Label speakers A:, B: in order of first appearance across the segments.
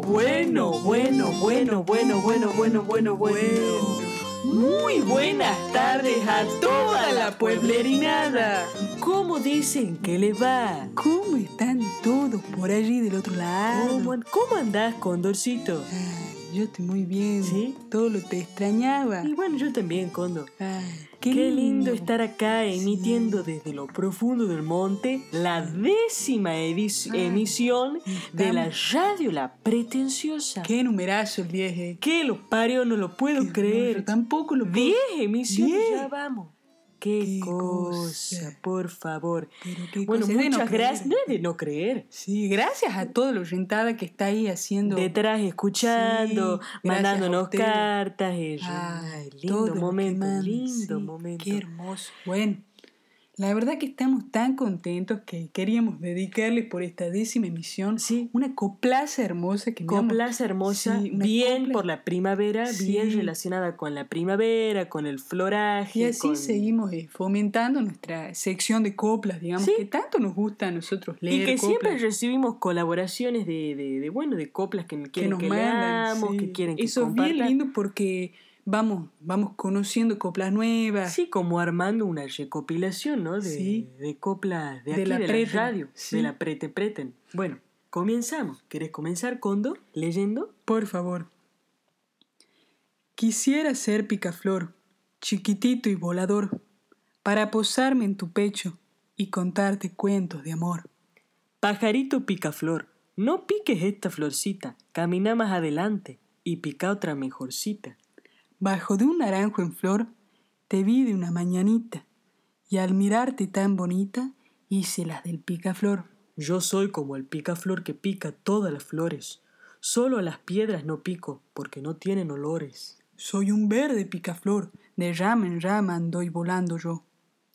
A: bueno, bueno, bueno, bueno, bueno, bueno, bueno, bueno. Muy buenas tardes a toda la pueblerinada. ¿Cómo dicen que le va?
B: ¿Cómo están todos por allí del otro lado?
A: ¿Cómo, an- cómo andás, Condorcito?
B: Ah, yo estoy muy bien.
A: ¿Sí?
B: Todo lo te extrañaba.
A: Y bueno, yo también, Condor.
B: Ay,
A: Qué lindo estar acá emitiendo desde lo profundo del monte la décima edici-
B: Ah,
A: emisión de la radio La Pretenciosa.
B: Qué numerazo el vieje.
A: ¿Qué lo parió? No lo puedo
B: Yo
A: creer.
B: tampoco lo puedo.
A: Diez emisiones,
B: Diez.
A: ya vamos. Qué,
B: Qué
A: cosa,
B: cosa.
A: por favor.
B: Pero qué
A: bueno,
B: cosa, es de no
A: muchas
B: creer.
A: gracias. No es de no creer.
B: Sí, gracias a toda la oyentada que está ahí haciendo.
A: Detrás escuchando,
B: Sí, gracias a
A: mandándonos
B: ustedes.
A: cartas. Ellos.
B: Ay, todo lo
A: lindo
B: que
A: momento,
B: mandan,
A: lindo
B: sí,
A: momento.
B: Qué hermoso. Bueno, la verdad que estamos tan contentos que queríamos dedicarles por esta décima emisión
A: Sí.
B: una coplaza hermosa que miramos.
A: Complaza hermosa,
B: Sí, una
A: bien
B: copla.
A: por la primavera,
B: Sí.
A: bien relacionada con la primavera, con el floraje.
B: Y así
A: con-
B: seguimos eh, fomentando nuestra sección de coplas, digamos,
A: Sí.
B: que tanto nos gusta a nosotros leer.
A: Y que
B: coplas.
A: siempre recibimos colaboraciones de, de, de, bueno, de coplas que
B: que
A: quieren
B: nos
A: que,
B: mandan.
A: leamos,
B: sí.
A: que quieren que
B: Eso es bien
A: compartan.
B: lindo porque vamos, vamos conociendo coplas nuevas.
A: Sí, como armando una recopilación, ¿no? De,
B: Sí.
A: de coplas de
B: De
A: aquí, de la,
B: la Preten,
A: radio,
B: sí.
A: de la Prete Preten. Bueno, comenzamos. ¿Querés comenzar, Condo, leyendo?
B: Por favor. Quisiera ser picaflor, chiquitito y volador, para posarme en tu pecho y contarte cuentos de amor.
A: Pajarito picaflor, no piques esta florcita, camina más adelante y pica otra mejorcita.
B: Bajo de un naranjo en flor, te vi de una mañanita, y al mirarte tan bonita, hice las del picaflor.
A: Yo soy como el picaflor que pica todas las flores. Solo a las piedras no pico, porque no tienen olores.
B: Soy un verde picaflor, de rama en rama andoy volando yo,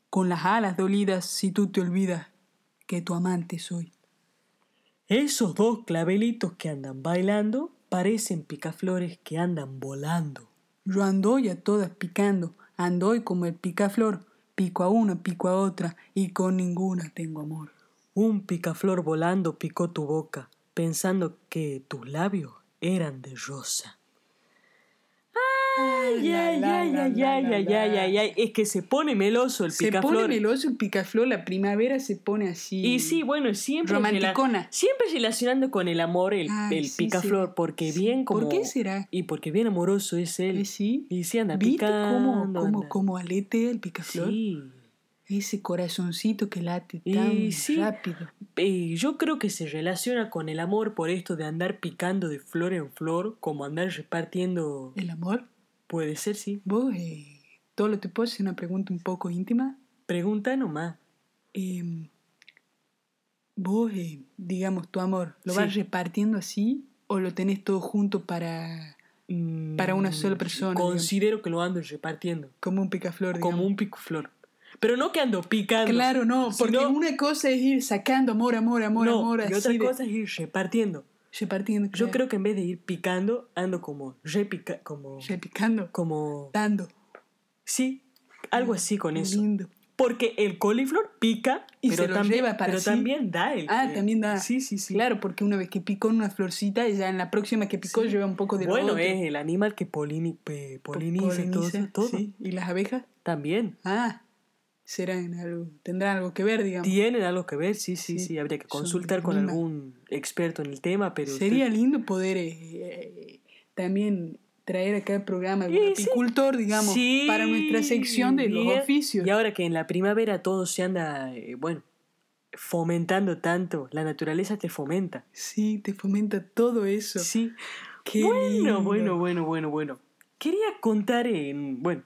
B: con las alas dolidas si tú te olvidas que tu amante soy.
A: Esos dos clavelitos que andan bailando parecen picaflores que andan volando.
B: Yo andoy a todas picando, andoy como el picaflor, pico a una, pico a otra, y con ninguna tengo amor.
A: Un picaflor volando picó tu boca, pensando que tus labios eran de rosa. Ay,
B: La,
A: ay,
B: la,
A: ay,
B: la,
A: ay,
B: la,
A: ay,
B: la,
A: ay,
B: la.
A: ay, ay, ay. Es que se pone meloso el
B: Se
A: picaflor.
B: pone meloso el picaflor, la primavera se pone así.
A: Y sí, bueno, siempre rela-
B: Romanticona.
A: siempre relacionando con el amor el,
B: Ay,
A: el
B: sí,
A: picaflor,
B: sí.
A: porque
B: Sí.
A: bien como
B: ¿Por qué será?
A: Y porque bien amoroso es él.
B: Eh, sí.
A: Y sí anda
B: ¿Viste cómo,
A: picando,
B: cómo,
A: anda-
B: cómo aletea el picaflor?
A: Sí.
B: Ese corazoncito que late
A: Y
B: tan
A: sí.
B: rápido.
A: Eh, yo creo que se relaciona con el amor por esto de andar picando de flor en flor, como andar repartiendo.
B: ¿El amor?
A: Puede ser, sí.
B: Vos, eh, todo lo te puedo hacer una pregunta un poco íntima.
A: Pregunta nomás.
B: Eh, vos, eh, digamos, tu amor, ¿lo
A: Sí.
B: vas repartiendo así o lo tenés todo junto para
A: Mm,
B: Para una sola persona,
A: Considero que lo ando repartiendo,
B: como un picaflor?
A: como
B: digamos?
A: un picaflor. Pero no que ando picando.
B: Claro, no, porque
A: sino-
B: una cosa es ir sacando amor, amor, amor,
A: no,
B: amor,
A: y
B: así
A: otra
B: de-
A: cosa es ir repartiendo.
B: repartiendo.
A: Yo creo que en vez de ir picando, ando como repica, como,
B: repicando,
A: como,
B: dando.
A: sí, algo así con eso.
B: Lindo.
A: Porque el coliflor pica,
B: Y
A: pero,
B: se lo
A: también,
B: lleva para
A: pero
B: sí.
A: también da el.
B: Ah,
A: el-
B: también da.
A: Sí, sí, sí.
B: Claro, porque una vez que picó en una florcita, ya en la próxima que picó lleva un poco de lo
A: Bueno, eh,
B: otro.
A: es el animal que polini- pe-
B: Po-
A: poliniza, y todo,
B: poliniza,
A: eso, todo.
B: sí. ¿Y las abejas?
A: También.
B: Ah, serán algo, tendrán algo que ver, digamos.
A: Tienen algo que ver, sí, sí, sí.
B: Sí.
A: Habría que
B: Son
A: consultar con
B: animales.
A: algún experto en el tema, pero. usted-
B: Sería lindo poder eh, eh, también traer acá el programa de
A: Y
B: un
A: sí.
B: apicultor, digamos,
A: Sí,
B: para nuestra sección de los
A: bien.
B: oficios.
A: Y ahora que en la primavera todo se anda, eh, bueno, fomentando tanto, la naturaleza te fomenta.
B: Sí, te fomenta todo eso.
A: Sí.
B: Qué
A: bueno,
B: lindo.
A: bueno, bueno, bueno, bueno. Quería contar en, bueno,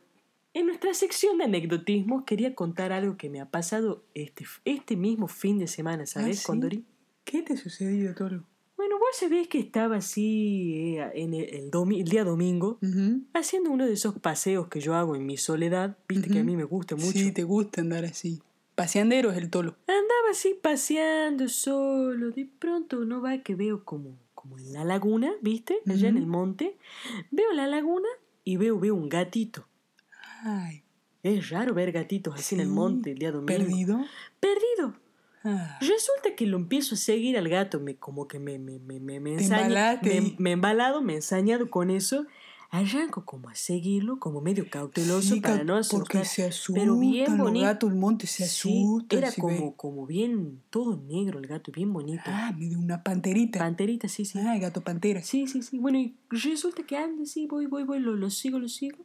A: en nuestra sección de anecdotismos quería contar algo que me ha pasado este, este mismo fin de semana, ¿sabes,
B: Ah, sí?
A: Condori?
B: ¿Qué te ha sucedido, Toro?
A: Bueno, vos sabés que estaba así eh, en el, el domi- el día domingo
B: Ujú.
A: haciendo uno de esos paseos que yo hago en mi soledad, viste que a
B: Ujú.
A: mí me gusta mucho.
B: Sí, te gusta andar así. Paseandero es el Tolo.
A: Andaba así paseando solo, de pronto no va que veo como, como en la laguna, ¿viste? Allá en
B: Ujú.
A: el monte. Veo la laguna y veo, veo un gatito.
B: Ay,
A: Es raro ver gatitos así en el
B: sí,
A: monte el día domingo.
B: ¿Perdido?
A: Perdido.
B: Ah.
A: Resulta que lo empiezo a seguir al gato, me, como que me, me, me, me, me
B: Te
A: ensaña-
B: embalaste.
A: me- me he embalado, me he ensañado con eso. Arranco como a seguirlo, como medio cauteloso
B: Sí,
A: para
B: ca-
A: no asustar.
B: Porque se asustan
A: pero bien
B: los
A: bonito.
B: gatos del monte, se
A: Sí,
B: asustan.
A: era
B: si ven.
A: como, como bien, todo negro el gato, bien bonito.
B: Ah, me dio una panterita.
A: Panterita, sí, sí.
B: Ah, el gato pantera.
A: Sí, sí, sí. Bueno, y resulta que ando, sí, voy, voy, voy, lo, lo sigo, lo sigo.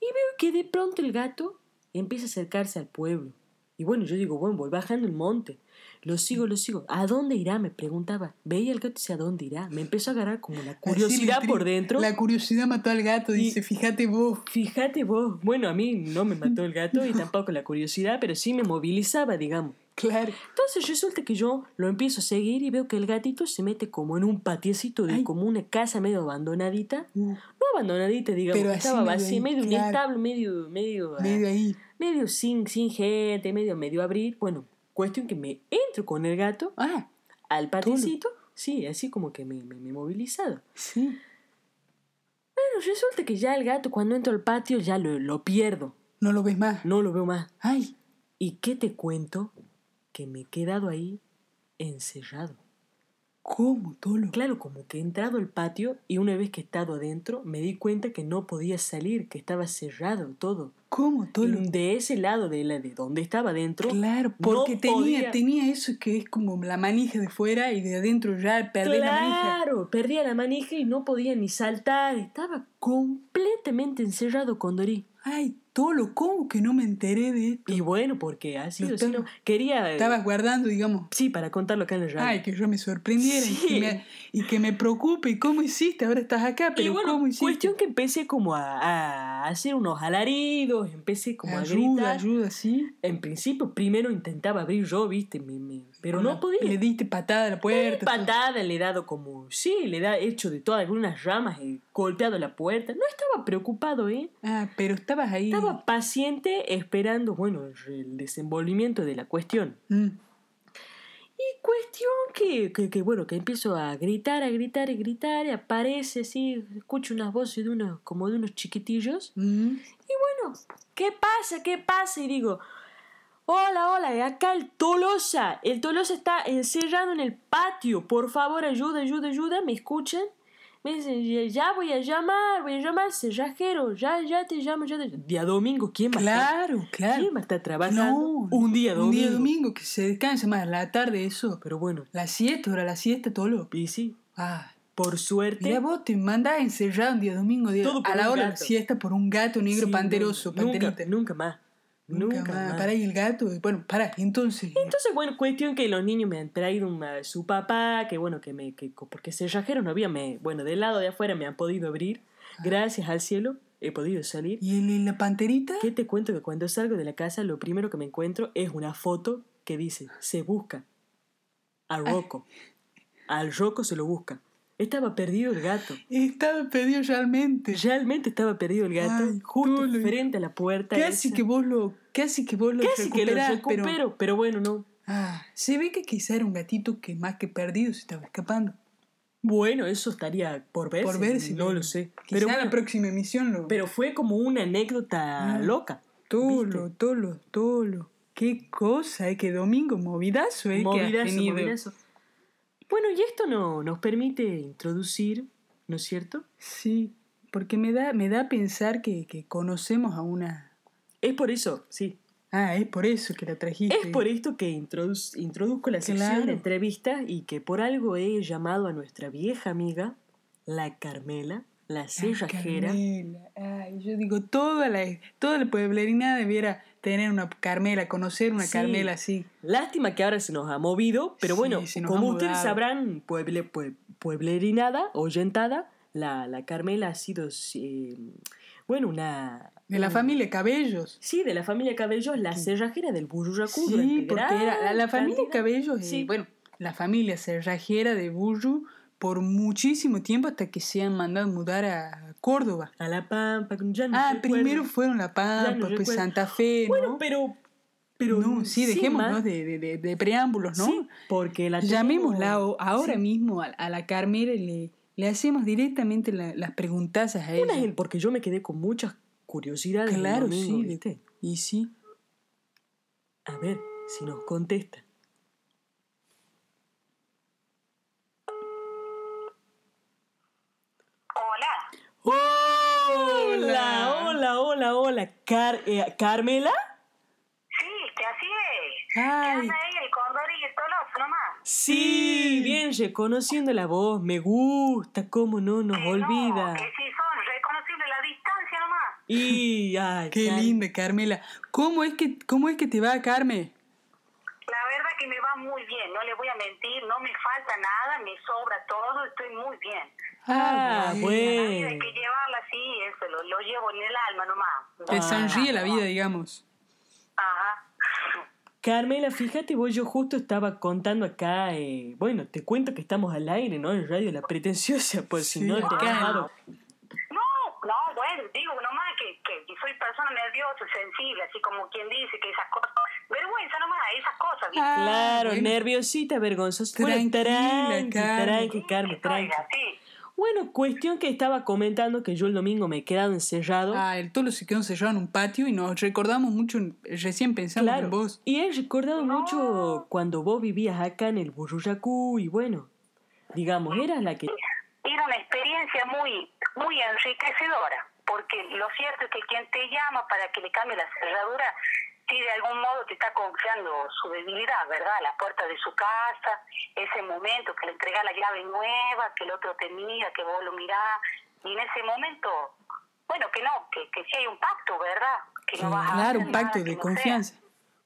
A: Y veo que de pronto el gato empieza a acercarse al pueblo. Y bueno, yo digo, bueno, voy bajando el monte. Lo sigo, lo sigo. ¿A dónde irá? Me preguntaba. Veía al gato y decía, ¿a dónde irá? Me empezó a agarrar como la
B: Así
A: curiosidad
B: le tri-
A: por dentro.
B: La curiosidad mató al gato,
A: Y-
B: dice, fíjate vos.
A: Fíjate vos, bueno, a mí no me mató el gato y tampoco la curiosidad, pero sí me movilizaba, digamos.
B: Claro.
A: Entonces resulta que yo lo empiezo a seguir y veo que el gatito se mete como en un patiecito de
B: Ay.
A: como una casa medio abandonadita.
B: Uh,
A: No abandonadita, digamos,
B: Pero
A: que
B: así
A: estaba
B: medio
A: vacía,
B: ahí,
A: medio
B: claro.
A: inestable, medio, medio, ah,
B: medio ahí.
A: medio sin, sin gente, medio, medio abrir. Bueno, cuestión que me entro con el gato
B: Ah,
A: al patiecito, sí, así como que me, me, me he movilizado.
B: sí.
A: Bueno, resulta que ya el gato cuando entro al patio ya lo, lo pierdo,
B: No lo ves más.
A: no lo veo más.
B: Ay,
A: ¿Y qué te cuento? Que me he quedado ahí encerrado.
B: cómo, Tolo.
A: Claro, como que he entrado al patio y una vez que he estado adentro me di cuenta que no podía salir, que estaba cerrado todo.
B: Cómo, Tolo.
A: Y de ese lado de la de donde estaba adentro.
B: Claro, porque
A: no
B: tenía,
A: podía-
B: tenía eso que es como la manija de fuera y de adentro ya perdés la manija.
A: Claro, perdía la manija y no podía ni saltar. Estaba completamente encerrado con Dorí.
B: Ay, Tolo, ¿cómo que no me enteré de esto?
A: Y bueno, porque así
B: Lo
A: o sí,
B: estaba-
A: no- quería. eh,
B: Estabas guardando, digamos.
A: Sí, para contarlo acá en el radio.
B: Ay, que yo me sorprendiera y,
A: Sí.
B: que me, y que me preocupe. ¿Y cómo hiciste? Ahora estás acá, pero
A: y bueno,
B: ¿cómo hiciste?
A: cuestión que empecé como a, a hacer unos alaridos, empecé como a
B: ayuda,
A: gritar.
B: ayuda, sí.
A: En principio, primero intentaba abrir yo, viste, me- me- pero
B: Con
A: no
B: la-
A: podía.
B: Le diste patada a la puerta.
A: patada le he dado como, sí, le he da- hecho de todas algunas ramas, he golpeado la puerta. No estaba preocupado, ¿eh?
B: Ah, pero estabas ahí.
A: Estaba paciente esperando, bueno, el desenvolvimiento de la cuestión.
B: Mm.
A: Y cuestión que, que, que, bueno, que empiezo a gritar, a gritar, a gritar, y aparece, sí, escucho unas voces de unos, como de unos chiquitillos.
B: Mm.
A: Y bueno, ¿qué pasa? ¿Qué pasa? Y digo, hola, hola, acá el Tolosa. El Tolosa está encerrado en el patio. Por favor, ayuda, ayuda, ayuda. ¿Me escuchan? Me dicen, "Ya- ya voy a llamar, voy a llamar al cerrajero. Ya, ya te llamo, ya te llamo. Día domingo, ¿quién va a estar-
B: Claro, claro.
A: ¿Quién va a estar trabajando?
B: No,
A: un día domingo.
B: Un día domingo que se descansa más, la tarde eso.
A: Pero bueno,
B: La siesta, ahora la siesta, Tolo.
A: y sí,
B: Ah,
A: por suerte.
B: mira vos, te mandás encerrado un día domingo día,
A: Todo por
B: a la
A: un
B: hora de la
A: gato.
B: siesta por un gato
A: sí,
B: negro
A: no,
B: panteroso,
A: nunca,
B: panterita.
A: nunca más. Nunca, más.
B: Pará, y el gato. Bueno, pará, entonces.
A: Entonces, bueno, cuestión que los niños me han traído un- a su papá, que bueno, que me, que, porque cerrajero no había, me, bueno, del lado de afuera me han podido abrir, gracias al cielo he podido salir.
B: ¿Y el- la panterita?
A: ¿Qué te cuento? Que cuando salgo de la casa, lo primero que me encuentro es una foto que dice, se busca a Rocco. Al Rocco se lo busca. Estaba perdido el gato.
B: Estaba pedido realmente.
A: Realmente estaba perdido el gato,
B: Ay,
A: justo
B: Tolo.
A: frente a la puerta.
B: Casi
A: esa.
B: que vos lo, casi que vos lo
A: Casi que lo
B: recuperás,
A: recupero,
B: pero
A: pero bueno, no,
B: ah, se ve que quizá era un gatito que más que perdido se estaba escapando.
A: Bueno, eso estaría por verse.
B: Por ver si
A: no lo sé.
B: Quizá
A: Pero,
B: en la
A: bueno,
B: próxima emisión lo.
A: pero fue como una anécdota
B: Ah.
A: loca.
B: tolo, tolo, tolo. Qué cosa, eh, que domingo movidazo, eh, que has
A: Movidazo,
B: tenido.
A: movidazo. Bueno, y esto no, nos permite introducir, ¿no es cierto?
B: Sí, porque me da, me da a pensar que, que conocemos a una.
A: Es por eso, sí.
B: Ah, es por eso que la trajiste.
A: Es por esto que introdu- introduzco la sección
B: Claro.
A: de entrevistas y que por algo he llamado a nuestra vieja amiga, la Carmela, la
B: Ay,
A: cerrajera.
B: Carmela, ay, yo digo, toda la, toda la pueblerina debiera tener una Carmela, conocer una
A: Sí.
B: Carmela así.
A: Lástima que ahora se nos ha movido, pero
B: Sí,
A: bueno,
B: se nos ha
A: como
B: mudado.
A: ustedes sabrán, pueble, pue- pueblerinada, oyentada, la, la Carmela ha sido, eh, bueno, una...
B: De la familia Cabellos.
A: Sí, de la familia Cabellos, la cerrajera del Bururacú.
B: Sí,
A: durante
B: porque
A: gran
B: era la, la familia
A: cantidad-
B: Cabellos, eh,
A: Sí.
B: bueno, la familia cerrajera de Burru por muchísimo tiempo hasta que se han mandado mudar a Córdoba.
A: A La Pampa, ya no
B: Ah,
A: recuerdo.
B: primero fueron La Pampa,
A: Ya no
B: después
A: recuerdo.
B: Santa Fe,
A: Bueno,
B: ¿no?
A: pero... pero
B: No, sí,
A: sin
B: dejémonos
A: más,
B: de, de- de- de preámbulos, ¿no?
A: sí, porque la tenemos-
B: Llamémosla o- ahora
A: sí,
B: mismo a, a la Carmela y le, le hacemos directamente la- las preguntazas a ella.
A: una- porque yo me quedé con muchas curiosidades. el
B: claro,
A: domingo,
B: sí. de-
A: ¿viste?
B: Y sí.
A: A ver si nos contesta. hola, Car- eh, ¿Carmela?
C: Sí, que así es.
A: Ay.
C: Que anda ahí el cóndor y el toloso nomás.
A: Sí, bien, reconociendo la voz, me gusta, cómo no nos
C: Que
A: olvida.
C: No, que sí son reconocibles la distancia nomás.
A: Y, ay,
B: Qué
A: Car-
B: linda, Carmela. ¿Cómo es que, cómo es que te va, Carmen?
C: La verdad que me va muy bien, no le voy a mentir, no me falta nada, me sobra todo, estoy muy bien.
A: Ah,
C: La
A: bueno.
C: vida hay que llevarla así, eso lo, lo llevo en el alma nomás.
B: Te sonríe la vida, digamos.
C: Ajá.
A: Carmela, fíjate vos, yo justo estaba contando acá, eh, bueno, te cuento que estamos al aire, ¿no? En Radio La Pretenciosa, por si
B: Sí,
A: no te has
B: claro.
A: dado.
C: No, no, bueno, digo nomás que, que, que soy persona nerviosa, sensible, así como quien dice que esas cosas, vergüenza nomás, esas cosas, ¿viste?
B: Ah,
A: Claro,
B: bueno.
A: nerviosita, vergonzosa. Bueno,
B: Tranquila,
A: tranqui,
B: Carmen.
A: tranqui, Carmen,
C: Estoy
A: tranqui.
C: así.
A: Bueno, cuestión que estaba comentando que yo el domingo me he quedado encerrado.
B: Ah, el Tolo se quedó encerrado en un patio y nos recordamos mucho, en- recién pensamos
A: claro.
B: en vos.
A: Y he recordado mucho cuando vos vivías acá en el Bururacú y bueno, digamos, eras la que...
C: Era una experiencia muy, muy enriquecedora, porque lo cierto es que quien te llama para que le cambie la cerradura, si de algún modo te está confiando su debilidad, ¿verdad? La puerta de su casa, ese momento que le entrega la llave nueva, que el otro tenía, que vos lo mirás, y en ese momento, bueno, que no, que, que sí hay un pacto, ¿verdad? Que no vas a
B: Claro,
C: hacer
B: un pacto
C: nada que
B: de
C: no sea.
B: confianza.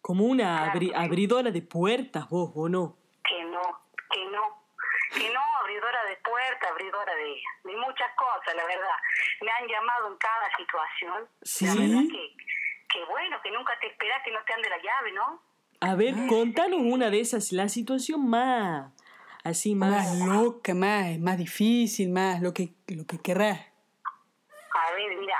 A: Como una abri-
C: Claro.
A: abridora de puertas vos, ¿o no?
C: que no, que no, que no, abridora de puerta, abridora de, de muchas cosas, la verdad. Me han llamado en cada situación.
A: Sí.
C: La verdad que, que bueno, que nunca te esperas que no te ande la llave, ¿no?
A: A ver, contanos una de esas, la situación más... Así
B: Más
A: más...
B: loca, más, más difícil, más lo que, lo que querrás.
C: A ver, mira,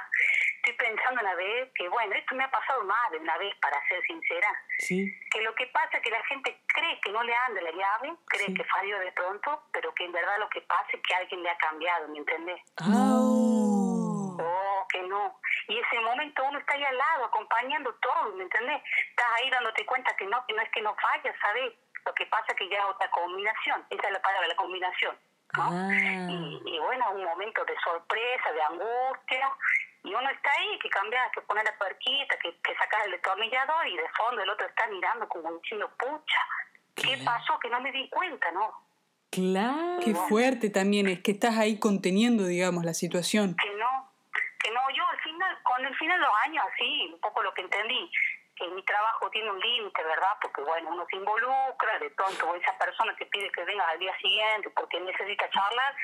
C: estoy pensando una vez que, bueno, esto me ha pasado más de una vez, para ser sincera.
A: Sí,
C: Que lo que pasa es que la gente cree que no le anda la llave, cree
A: Sí.
C: que falló de pronto, pero que en verdad lo que pasa es que alguien le ha cambiado, ¿me entendés?
A: No.
C: No, que no. Y ese momento uno está ahí al lado, acompañando todo, ¿me entendés? Estás ahí dándote cuenta que no, que no es que no fallas, ¿sabes? Lo que pasa es que ya es otra combinación. Esa es la palabra, la combinación. ¿no?
A: Ah,
C: Y, y bueno, es un momento de sorpresa, de angustia. Y uno está ahí, que cambias, que pones la tuerquita, que, que sacas el destornillador y de fondo el otro está mirando como diciendo, pucha, ¿qué
A: Claro.
C: pasó? Que no me di cuenta, ¿no?
A: claro.
B: Qué fuerte también es que estás ahí conteniendo, digamos, la situación.
C: que no, que no, yo al final, con el final de los años, así, un poco lo que entendí, que mi trabajo tiene un límite, ¿verdad? Porque bueno, uno se involucra, de pronto esa persona te pide que vengas al día siguiente porque necesita charlar,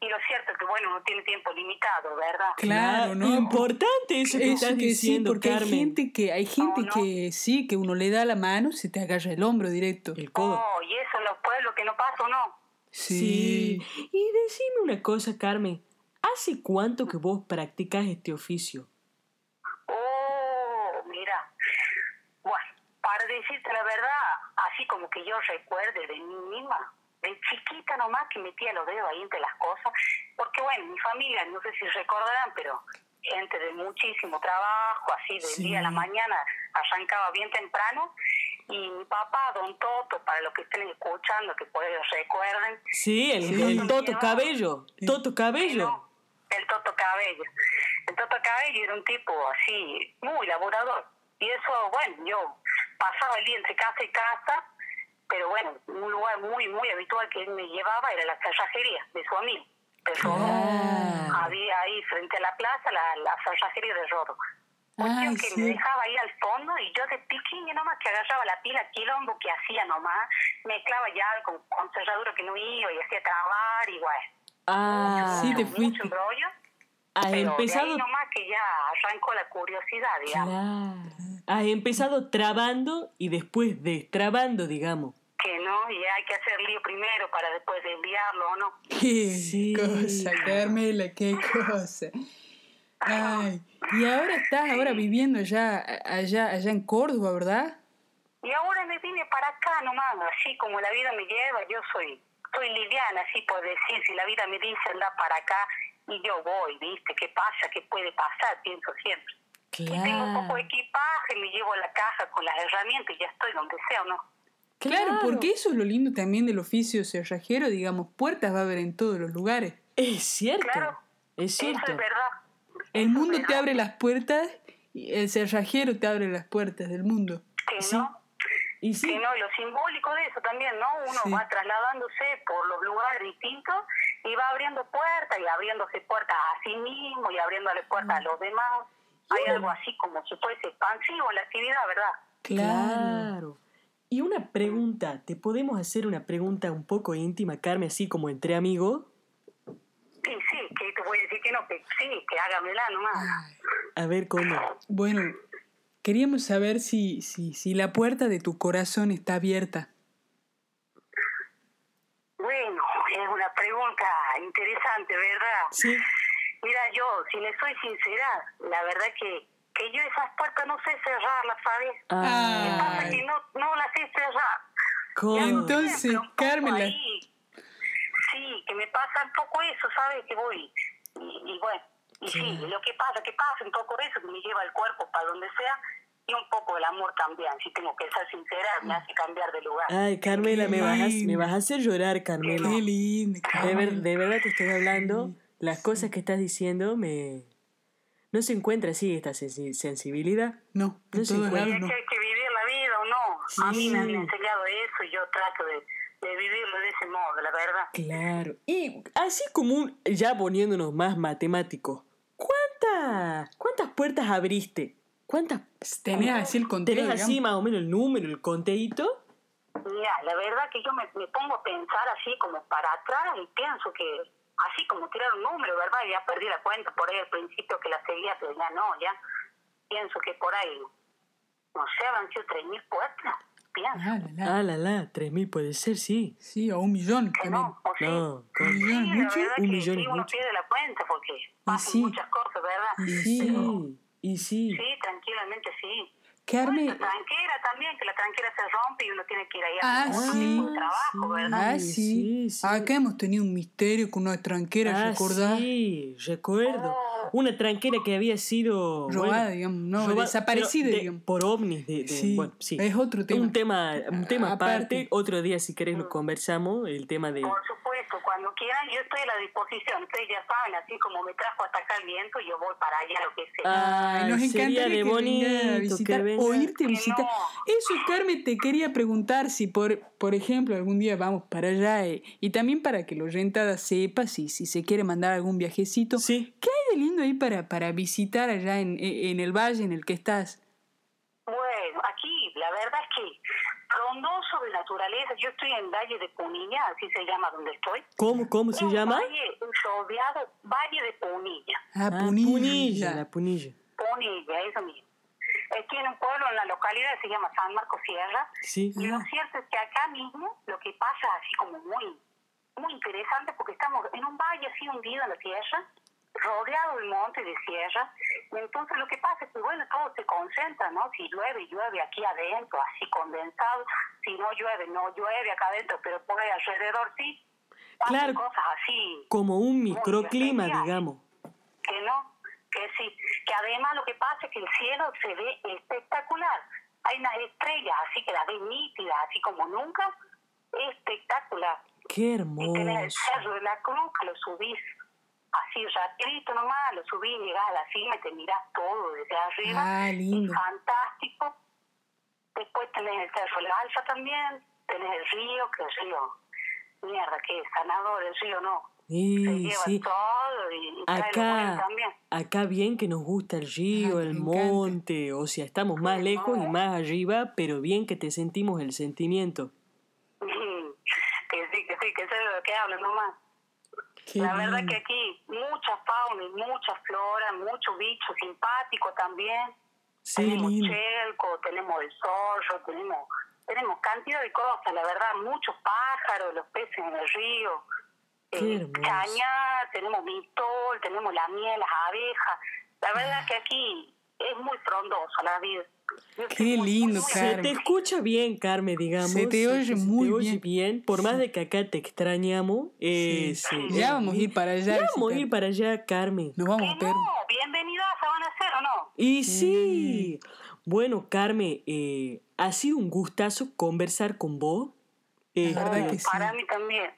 C: y lo cierto es que bueno, uno tiene tiempo limitado, ¿verdad?
B: Claro, ¿no?
A: Importante eso que
B: Eso
A: estás
B: que sí,
A: diciendo,
B: porque
A: Carmen.
B: hay gente que hay gente
C: No, no.
B: que sí, que uno le da la mano, se te agarra el hombro directo.
A: El codo.
C: Oh, y eso en los pueblos que no pasa, ¿no?
A: Sí. Y decime una cosa, Carmen. ¿Hace cuánto que vos practicas este oficio?
C: Oh, mira. Bueno, para decirte la verdad, así como que yo recuerde de mí misma, de chiquita nomás que metía los dedos ahí entre las cosas, porque bueno, mi familia, no sé si recordarán, pero gente de muchísimo trabajo, así del
B: Sí.
C: día a la mañana, arrancaba bien temprano, y mi papá, don Toto, para los que estén escuchando, que por ellos recuerden,
A: Sí, el,
B: Sí.
A: el Toto Cabello. Toto Cabello.
C: no, el Toto Cabello. El Toto Cabello era un tipo así, muy laborador. Y eso, bueno, yo pasaba el día entre casa y casa, pero bueno, un lugar muy, muy habitual que él me llevaba era la cerrajería de su amigo, de Rodo.
A: Claro.
C: Había ahí frente a la plaza la, la cerrajería de Rodo. Cuestión
B: Ay,
C: que
B: sí.
C: me dejaba ahí al fondo y yo de piquiña nomás que agarraba la pila quilombo que hacía nomás, mezclaba llave con, con cerradura que no iba y hacía trabar y bueno
A: Ah,
B: Sí, te
C: mucho
B: fuiste.
C: embrollo,
A: has
C: pero de
A: empezado.
C: ahí nomás que ya arrancó la curiosidad, digamos.
A: Claro. Has empezado trabando y después destrabando, digamos.
C: Que no, y hay que hacer lío primero para después desviarlo, ¿o no?
B: Qué
A: Sí.
B: cosa, Carmela, qué cosa. Ay, y ahora estás ahora viviendo allá, allá, allá en Córdoba, ¿verdad?
C: Y ahora me vine para acá nomás, así como la vida me lleva, yo soy, soy liviana, así por decir, si la vida me dice anda para acá, y yo voy, ¿viste? ¿Qué pasa? ¿Qué puede pasar? Pienso siempre. Y tengo un poco de
A: Claro.
C: equipaje, me llevo la caja con las herramientas y ya estoy donde sea, ¿o no?
B: Claro, porque eso es lo lindo también del oficio cerrajero, digamos, puertas va a haber en todos los lugares.
A: Es cierto.
C: Claro.
A: Es
C: Eso
A: cierto.
C: es verdad.
B: El mundo te abre las puertas Y el cerrajero te abre las puertas del mundo.
C: Que
A: Sí.
C: no,
A: Y
C: que
A: sí,
C: no, y lo simbólico de eso también, ¿no? Uno
B: Sí.
C: va trasladándose por los lugares distintos y va abriendo puertas y abriéndose puertas a sí mismo y abriéndole
B: Mm.
C: puertas a los demás. Hay algo así como si fuese expansivo en la actividad, ¿verdad?
A: claro. Y una pregunta, ¿te podemos hacer una pregunta un poco íntima, Carmen, así como entre amigos?
C: Sí, sí, que te voy a decir que no, que sí, que hágamela nomás.
B: Ay,
A: A ver cómo.
B: Bueno, queríamos saber si, si, si la puerta de tu corazón está abierta.
C: Bueno, es una pregunta interesante, ¿verdad?
A: Sí,
C: Mira, yo, si le soy sincera, la verdad que, que yo esas puertas no sé cerrarlas, ¿sabes?
A: Ah,
C: Pasa
B: Ay.
C: que no, no las sé cerrar.
A: ¿cómo?
B: Entonces-
C: Siempre un poco
B: Carmela.
C: ahí. Sí, que me pasa un poco eso, ¿sabes? Que voy. Y, y bueno, y sí, lo que pasa, que pasa un poco eso, que me lleva el cuerpo para donde sea y un poco el amor también. Si tengo que ser sincera, me hace cambiar de lugar.
A: Ay, Carmela, me vas, a, me vas a hacer llorar, Carmela.
B: Qué lindo.
A: De, ver-
B: Carmen.
A: de verdad te estoy hablando. Las cosas que estás diciendo me... No se encuentra así esta sensi- sensibilidad.
B: No,
A: No se
B: todo es
A: encuentra.
C: Y es
B: algo.
C: que hay que vivir la vida o no. A mí me han
A: Sí.
C: enseñado eso y yo trato de, de vivirlo de ese modo, la verdad.
A: Claro. Y así como un- ya poniéndonos más matemáticos, ¿cuántas, cuántas puertas abriste? ¿Cuántas?
B: Tenés así el conteo,
A: ¿Tenés así
B: digamos.
A: más o menos el número, el conteíto?
C: Mira, la verdad que yo me, me pongo a pensar así como para atrás y pienso que así como tirar un número, ¿verdad? Ya perdí la cuenta por ahí al principio que la seguía, pero ya no, ya pienso que por ahí, no sé, habrán sido 3.000 puertas, pienso.
B: Ah, la, la.
A: Ah, la, la, 3.000 puede ser, sí.
B: Sí, o un millón
C: Que
B: también.
C: no, o sí.
A: No, con-
B: Un millón es
C: Sí, la
B: mucho.
C: verdad
A: un
C: que
A: millón
C: sí,
A: es
C: uno
A: mucho.
C: pierde la cuenta porque pasan
B: sí.
C: muchas cosas,
B: Y
C: ¿verdad?
A: Sí,
B: Pero-
A: y sí.
C: Sí, tranquilamente sí.
B: Carmen,
C: La tranquera también, que la tranquera se rompe y uno tiene que ir ahí
B: Ah,
C: a hacer
B: sí.
C: un trabajo, ¿verdad?
B: ah,
A: Sí, sí,
B: sí.
A: sí.
B: Acá hemos tenido un misterio con una tranquera,
A: Ah,
B: ¿recordás?
A: sí, recuerdo. Una tranquera que había sido...
B: Robada, digamos, no, desaparecida,
A: pero de-
B: digamos.
A: Por ovnis. De, de-
B: Sí,
A: bueno, sí.
B: es otro tema.
A: Un tema, un tema aparte.
B: Aparte.
A: Otro día, si querés, lo conversamos. El tema de...
C: Por supuesto, cuando quieran, yo estoy a la disposición. Ustedes ya saben, así como me trajo hasta acá el viento, yo voy para allá, lo que sea.
A: Ay,
B: Ay, nos
A: ah, sería
B: encantaría
A: de
B: que
A: bonito
B: venga a visitar
A: que venga.
B: o irte a
C: Que
B: visitar.
C: no.
B: Eso, Carmen, te quería preguntar si, por, por ejemplo, algún día vamos para allá eh, y también para que los rentada sepa si, si se quiere mandar algún viajecito.
A: Sí.
B: ¿Qué hay de lindo ahí para, para visitar allá en, en el valle en el que estás?
C: Bueno, aquí la verdad es que rondó sobre naturaleza. Yo estoy en Valle de Punilla, así se llama donde estoy.
A: ¿Cómo, cómo
C: Es
A: se
C: un
A: llama?
C: Valle, un soleado Valle de Punilla.
B: Ah,
A: Ah,
B: Punilla.
A: la Punilla.
C: Ponilla, eso mismo. Eh, Tiene un pueblo en la localidad que se llama San Marcos Sierra.
A: Sí.
C: Y
B: Ah.
C: lo cierto es que acá mismo lo que pasa así como muy, muy interesante porque estamos en un valle así hundido en la tierra, rodeado de montes de sierra. Y entonces lo que pasa es que bueno, todo se concentra, ¿no? Si llueve, llueve aquí adentro, así condensado. Si no llueve, no llueve acá adentro, pero por ahí alrededor sí. Pasan
A: Claro.
C: cosas así
A: Como un microclima,
C: especial.
A: digamos.
C: que no, que sí, que además lo que pasa es que el cielo se ve espectacular. Hay unas estrellas, así que las ves nítidas, así como nunca, espectacular.
A: Qué
C: Y tenés el
A: hermoso.
C: cerro de la cruz, que lo subís así rapidito nomás, lo subís, llegás a la cima y te mirás todo desde arriba.
B: Ah, lindo.
C: Es fantástico. Después tenés el cerro de la alfa también, tenés el río, que el río, mierda, que es sanador, el río no. Se
A: Sí,
C: lleva
A: sí.
C: todo y, y trae lo bueno
A: Acá,
C: también.
A: acá bien que nos gusta el río,
B: Ajá,
A: el
B: me encanta.
A: monte, o sea, estamos más lejos y más arriba, pero bien que te sentimos el sentimiento.
C: Mm, que sí, que sí, que sé de lo que hablo nomás.
B: Qué
C: la verdad
B: lindo.
C: que aquí mucha fauna y mucha flora, mucho bicho simpático también.
A: Sí,
C: tenemos
B: lindo.
C: chelco, tenemos el zorro, tenemos, tenemos cantidad de cosas, la verdad, muchos pájaros, los peces en el río,
A: Qué hermoso.
C: cañá, tenemos mistol, tenemos la miel, las abejas. La verdad
B: Ah.
C: que aquí es muy frondosa la vida. Yo
B: Qué
C: soy muy- muy
B: lindo,
C: buena.
A: Se
B: Carmen.
A: te escucha bien, Carmen, digamos.
B: Se te oye muy bien.
A: Por más de que acá te extrañamos, eh, se-
B: Sí. Ya vamos a ir para allá. a
A: Ya vamos a
B: visitar.
A: ir para allá, Carmen.
B: Nos vamos a
C: Que
B: perder.
C: no, bienvenidas se van a hacer o no.
A: Y sí. Bueno, Carmen, eh, ha sido un gustazo conversar con vos. Este,
B: verdad que sí.
C: Para mí también.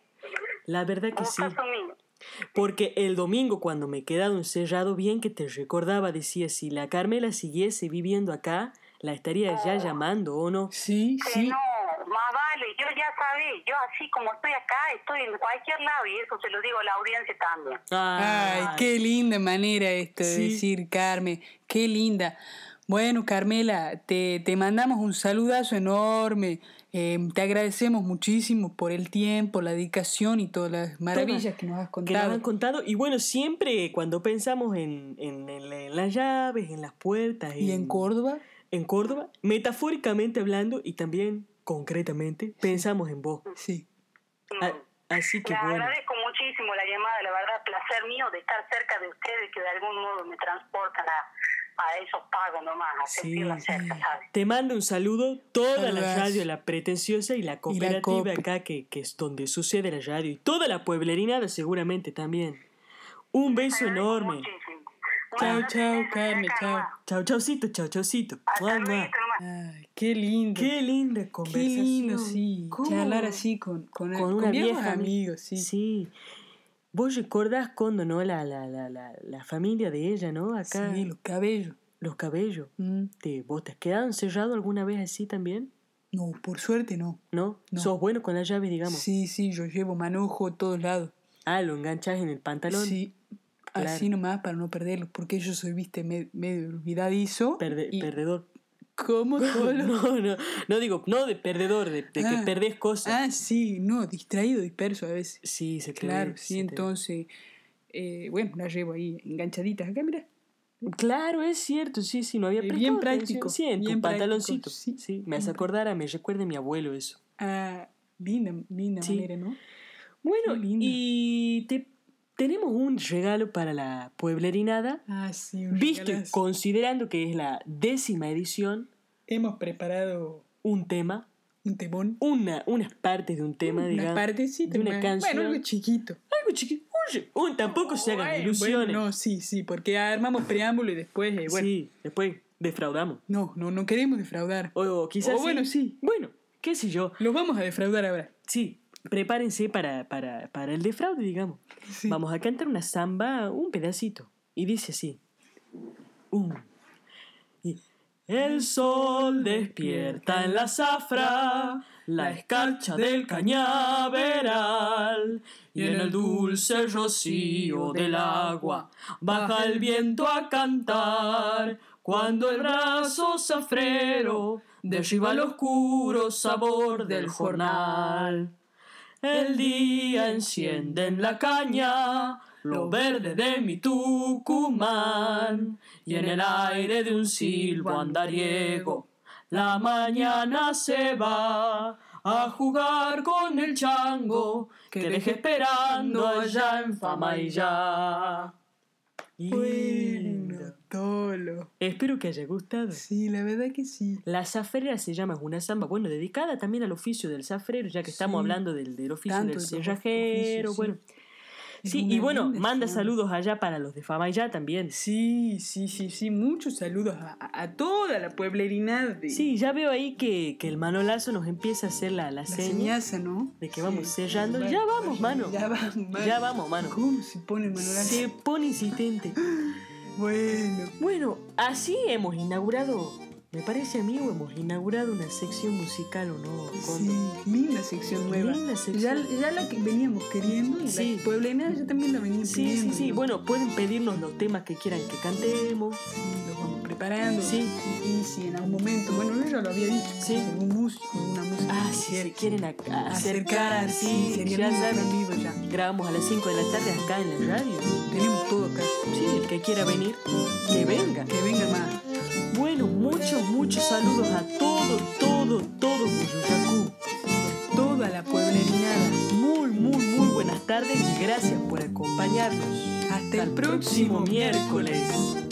A: la verdad que
C: Un
A: sí.
C: caso mío.
A: Porque el domingo cuando me he quedado encerrado bien que te recordaba, decía, si la Carmela siguiese viviendo acá, la estaría ya
B: Ah.
A: llamando o no.
B: Sí,
C: Que
B: sí.
C: no, más vale, yo ya sabé, yo así como estoy acá, estoy en cualquier lado y eso se lo digo a la audiencia también.
B: Ay, qué linda manera esto de
A: Sí.
B: decir, Carmen. Qué linda. Bueno, Carmela, te, te mandamos un saludazo enorme. Eh, te agradecemos muchísimo por el tiempo, la dedicación y todas las maravillas que nos has
A: que nos han
B: contado.
A: contado. Y bueno, siempre cuando pensamos en, en- en- en las llaves, en las puertas,
B: Y en Córdoba,
A: en Córdoba, metafóricamente hablando y también concretamente, pensamos en vos.
B: sí.
A: A- así que
C: Les
A: Ah, bueno.
C: Mm. agradezco muchísimo la llamada, la verdad, placer mío de estar cerca de ustedes que de algún modo me transportan a, a esos pagos nomás, a
A: Sí.
C: sentirla cerca, ¿sabes?
A: Te mando un saludo, toda la
B: Saludazo.
A: radio, la pretenciosa y la cooperativa
B: cope.
A: acá, que, que es donde sucede la radio, y toda la pueblerinada seguramente también. Un beso enorme.
C: Muchísimo.
B: Chao,
C: Bueno,
B: chao,
C: entonces,
B: Carmen,
C: acá
B: chao.
C: nomás.
A: Chao, chaucito, chao, chaucito.
C: Hasta
A: Mua, mua.
C: luego nomás.
B: Ay, qué lindo.
A: Qué linda
B: Qué
A: conversación.
B: lindo, sí.
A: ¿Cómo?
B: Charlar así con, con,
A: Con una
B: con viejos
A: vieja ami-
B: amigos, sí.
A: Sí. Vos recordás cuando, ¿no? La, la, la, la, la familia de ella, ¿no? Acá,
B: Sí, los cabellos.
A: los cabellos.
B: Mm.
A: ¿Te, ¿Vos te has quedado encerrado alguna vez así también?
B: No, por suerte no.
A: ¿No?
B: No.
A: Sos bueno con las llaves, digamos.
B: Sí, sí, yo llevo manojo a todos lados.
A: Ah, lo enganchás en el pantalón.
B: Sí,
A: Claro.
B: así nomás para no perderlos, porque yo soy, viste, me- medio olvidadizo.
A: Perde-
B: y
A: Perdedor.
B: como todo lo-
A: No, no, no digo, no de perdedor, de, de
B: Ah.
A: que perdés cosas.
B: Ah, sí, no, distraído, disperso a veces.
A: Sí, se te
B: Claro,
A: ve,
B: sí,
A: se te ve.
B: entonces, eh, bueno, las llevo ahí enganchaditas acá, mira.
A: Claro, es cierto, sí, sí, no había
B: Eh, bien
A: prestado
B: práctico,
A: atención. Sí, en
B: bien
A: tu pantaloncito.
B: práctico, sí,
A: sí, me hace acordar, a- me recuerda a mi abuelo eso.
B: Ah, linda, linda
A: Sí.
B: manera, ¿no?
A: Bueno,
B: Qué lindo.
A: y te, tenemos un regalo para la pueblerinada.
B: Ah, sí, un
A: Visto y
B: regalazo.
A: considerando que es la décima edición,
B: Hemos preparado
A: un tema,
B: un temón.
A: una, unas partes de un tema,
B: una
A: digamos,
B: partecita
A: de una
B: más.
A: canción.
B: Bueno, algo chiquito. Eh,
A: Algo chiquito, un re- un- tampoco se hagan
B: Bueno,
A: ilusiones.
B: bueno, no, sí, sí, porque armamos preámbulo y después, eh, bueno.
A: Sí, después defraudamos.
B: No, no, no queremos defraudar.
A: O, o quizás.
B: O bueno, sí.
A: Bueno, qué sé yo.
B: Los vamos a defraudar ahora.
A: Sí, prepárense para, para, para el defraude, digamos.
B: Sí.
A: Vamos a cantar una samba, un pedacito. Y dice así. Un. Y- El sol despierta en la zafra la escarcha del cañaveral y en el dulce rocío del agua baja el viento a cantar cuando el brazo zafrero derriba el oscuro sabor del jornal. El día enciende en la caña lo verde de mi Tucumán y en el aire de un silbo andariego la mañana se va a jugar con el chango que deje esperando allá en Famaillá.
B: Bueno, Tolo.
A: Espero que haya gustado.
B: Sí, la verdad que sí.
A: La zafrera se llama, es una samba, bueno, dedicada también al oficio del zafrero, ya que estamos
B: Sí.
A: hablando del, del oficio
B: Tanto
A: del
B: de los
A: cerrajero,
B: oficios, sí.
A: bueno.
B: Es
A: Sí,
B: una
A: y bueno,
B: linda
A: manda
B: samba.
A: saludos allá para los de Famaillá también.
B: Sí, sí, sí, sí. Muchos saludos a, a- a toda la pueblerinada. de-
A: Sí, ya veo ahí que, que el manolazo nos empieza a hacer la, la
B: La
A: seña
B: señaza, ¿no?
A: de que vamos cerrando. Ya vamos, mano.
B: Ya vamos, mano.
A: Ya vamos, mano.
B: ¿Cómo se pone el manual?
A: Se pone insistente.
B: Bueno.
A: Bueno, así hemos inaugurado, me parece a mí, o hemos inaugurado una sección musical o no.
B: Sí,
A: Condo?
B: linda sección nueva.
A: Linda sección.
B: Ya, ya la que veníamos queriendo y
A: Sí.
B: la pueblena ya también la venía
A: Sí, sí,
B: pidiendo,
A: sí.
B: ¿no?
A: Bueno, pueden pedirnos los temas que quieran que cantemos.
B: Sí, lo vamos preparando.
A: Sí.
B: Y si en algún momento, bueno, yo ya lo había dicho,
A: Sí.
B: algún músico, una música.
A: Ah,
B: que
A: si
B: quisiera
A: se quieren ac- acercar
B: acercar, sí,
A: así,
B: sería
A: ya
B: lindo,
A: saben.
B: vivo ya.
A: Grabamos a las 5 de la tarde acá en la radio.
B: Tenemos todo acá.
A: Sí, el que quiera venir, que venga.
B: Que venga más.
A: Bueno, muchos, muchos saludos a todo, todo, todo Boyacú.
B: Toda la pueblerinada.
A: Muy, muy, muy buenas tardes y gracias por acompañarnos.
B: Hasta el próximo miércoles.